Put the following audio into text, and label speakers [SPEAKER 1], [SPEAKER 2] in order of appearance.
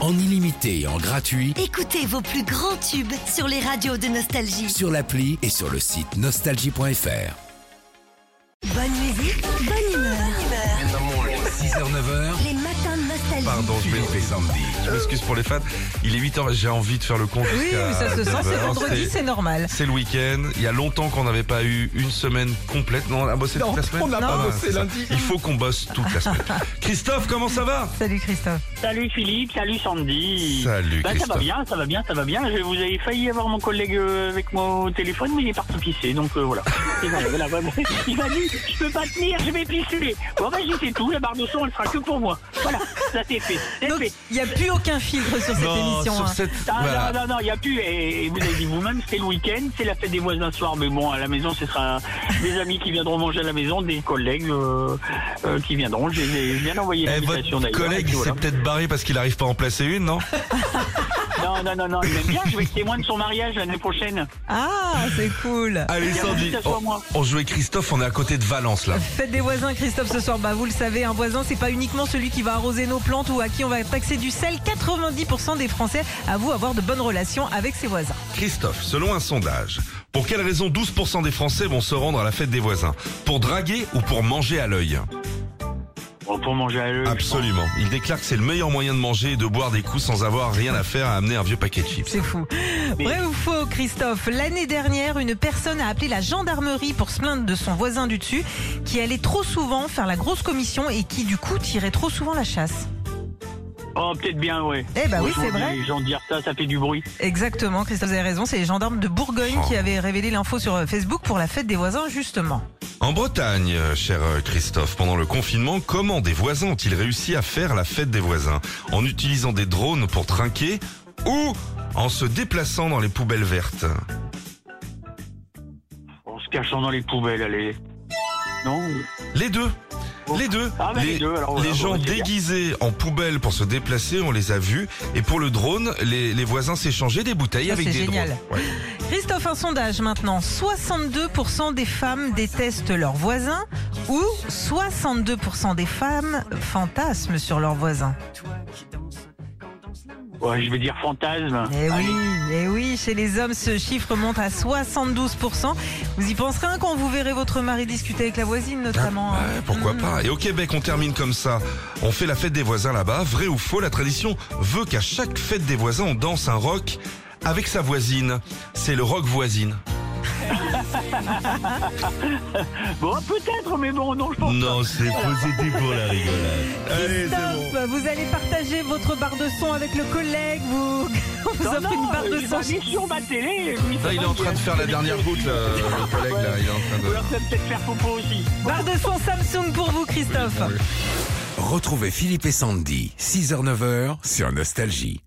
[SPEAKER 1] en illimité et en gratuit
[SPEAKER 2] Écoutez vos plus grands tubes sur les radios de Nostalgie.
[SPEAKER 1] sur l'appli et sur le site nostalgie.fr.
[SPEAKER 2] Bonne musique, bonne humeur.
[SPEAKER 1] 6h-9h,
[SPEAKER 2] Les matins de Nostalgie.
[SPEAKER 3] Pardon, je
[SPEAKER 1] Philippe et
[SPEAKER 3] m'excuse.
[SPEAKER 1] Sandy.
[SPEAKER 3] Je m'excuse pour les fans. Il est 8h, j'ai envie de faire le con.
[SPEAKER 4] Oui,
[SPEAKER 3] jusqu'à
[SPEAKER 4] oui, ça se sent,
[SPEAKER 3] 9
[SPEAKER 4] c'est
[SPEAKER 3] heures.
[SPEAKER 4] vendredi, c'est normal.
[SPEAKER 3] C'est le week-end. Il y a longtemps qu'on n'avait pas eu une semaine complète. Non, on a bossé toute la semaine.
[SPEAKER 4] n'a pas
[SPEAKER 3] Ah,
[SPEAKER 4] bossé
[SPEAKER 3] c'est ça. Il faut qu'on bosse toute la semaine. Christophe, comment ça va
[SPEAKER 4] Salut Christophe.
[SPEAKER 5] Salut Philippe, salut Sandy.
[SPEAKER 3] Salut
[SPEAKER 5] Bah, ça va
[SPEAKER 3] Christophe.
[SPEAKER 5] bien, ça va bien, ça va bien. Je vous avez failli avoir mon collègue euh, avec moi au téléphone, mais il est parti pisser, donc euh, voilà. Et voilà, voilà, voilà. Il m'a dit, je peux pas tenir, je vais pisser. Bon bah j'y sais tout, la barre de son, elle sera que pour moi. Voilà, ça c'est fait, c'est
[SPEAKER 4] Donc,
[SPEAKER 5] fait.
[SPEAKER 4] il n'y a plus aucun filtre sur cette
[SPEAKER 3] Non,
[SPEAKER 4] émission.
[SPEAKER 3] sur
[SPEAKER 4] hein.
[SPEAKER 3] cette...
[SPEAKER 5] Ah,
[SPEAKER 3] voilà.
[SPEAKER 5] Non, non, non, il n'y a plus. Et, et vous avez dit vous-même, c'est le week-end, c'est la fête des voisins ce soir. Mais bon, à la maison, ce sera des amis qui viendront manger à la maison, des collègues euh, euh, qui viendront. J'ai j'ai bien envoyé
[SPEAKER 3] Eh,
[SPEAKER 5] l'invitation
[SPEAKER 3] votre
[SPEAKER 5] d'ailleurs. et
[SPEAKER 3] collègue
[SPEAKER 5] puis
[SPEAKER 3] il s'est
[SPEAKER 5] voilà.
[SPEAKER 3] peut-être barré parce qu'il n'arrive pas à en placer une, non
[SPEAKER 5] Non, non, non, non, il m'aime bien. Je vais être témoin de son mariage l'année prochaine.
[SPEAKER 4] Ah, c'est cool.
[SPEAKER 3] Allez,
[SPEAKER 5] Bien,
[SPEAKER 3] Sandy,
[SPEAKER 5] que ce soit
[SPEAKER 3] on,
[SPEAKER 5] moi.
[SPEAKER 3] on jouait Christophe, on est à côté de Valence là.
[SPEAKER 4] Faites des voisins, Christophe, ce soir. Bah, vous le savez, un voisin, c'est pas uniquement celui qui va arroser nos plantes ou à qui on va taxer du sel. 90% des Français avouent avoir de bonnes relations avec ses voisins.
[SPEAKER 3] Christophe, selon un sondage, pour quelle raison 12% des Français vont se rendre à la fête des voisins Pour draguer ou pour manger à l'œil
[SPEAKER 5] Bon, Oh, pour manger à l'œil.
[SPEAKER 3] Absolument. Il déclare que c'est le meilleur moyen de manger et de boire des coups sans avoir rien à faire à amener un vieux paquet de chips.
[SPEAKER 4] C'est fou. Vrai ou faux, Christophe L'année dernière, une personne a appelé la gendarmerie pour se plaindre de son voisin du dessus qui allait trop souvent faire la grosse commission et qui, du coup, tirait trop souvent la chasse.
[SPEAKER 5] Oh, peut-être bien, ouais.
[SPEAKER 4] Eh ben oui,
[SPEAKER 5] Franchement,
[SPEAKER 4] c'est vrai.
[SPEAKER 5] Les gens dire ça, ça fait du bruit.
[SPEAKER 4] Exactement, Christophe, vous avez raison, c'est les gendarmes de Bourgogne
[SPEAKER 3] Oh.
[SPEAKER 4] qui avaient révélé l'info sur euh, Facebook pour la fête des voisins, justement.
[SPEAKER 3] En Bretagne, euh, cher euh, Christophe, pendant le confinement, comment des voisins ont-ils réussi à faire la fête des voisins En utilisant des drones pour trinquer ou en se déplaçant dans les poubelles vertes
[SPEAKER 5] En se cachant dans les poubelles, allez. Non
[SPEAKER 3] Les deux les deux,
[SPEAKER 5] Ah, bah, les deux, alors, voilà,
[SPEAKER 3] les
[SPEAKER 5] bon,
[SPEAKER 3] gens
[SPEAKER 5] c'est bien.
[SPEAKER 3] déguisés en poubelle pour se déplacer, on les a vus. Et pour le drone, les, les voisins s'échangeaient des bouteilles
[SPEAKER 4] Ça,
[SPEAKER 3] avec
[SPEAKER 4] Ah, c'est
[SPEAKER 3] des
[SPEAKER 4] génial.
[SPEAKER 3] drones. Ouais.
[SPEAKER 4] Christophe, un sondage maintenant. 62% des femmes détestent leurs voisins ou 62% des femmes fantasment sur leurs voisins.
[SPEAKER 5] Ouais, je vais dire fantasme.
[SPEAKER 4] Eh oui,
[SPEAKER 5] Allez.
[SPEAKER 4] eh oui, chez les hommes, ce chiffre monte à 72%. Vous y penserez hein, quand vous verrez votre mari discuter avec la voisine, notamment. hein.
[SPEAKER 3] Ouais, Ah, bah, pourquoi pas Et au Québec, on termine comme ça. On fait la fête des voisins là-bas. Vrai ou faux, la tradition veut qu'à chaque fête des voisins, on danse un rock avec sa voisine. C'est le rock voisine.
[SPEAKER 5] Bon, peut-être, mais bon, non, je pense
[SPEAKER 3] Non, c'est positif pour la rigolade. Allez, c'est bon.
[SPEAKER 4] Christophe, vous allez partager votre barre de son avec le collègue, vous, on vous
[SPEAKER 5] pas.
[SPEAKER 4] offrez une barre de son.
[SPEAKER 5] je sur ma télé.
[SPEAKER 3] Là, il est en train de faire la dernière goutte, là, le collègue. Là, il est en train de...
[SPEAKER 5] Alors, ça va peut-être faire popo aussi.
[SPEAKER 4] Barre de son Samsung pour vous, Christophe.
[SPEAKER 1] Retrouvez Philippe et Sandy, 6h-9h sur Nostalgie.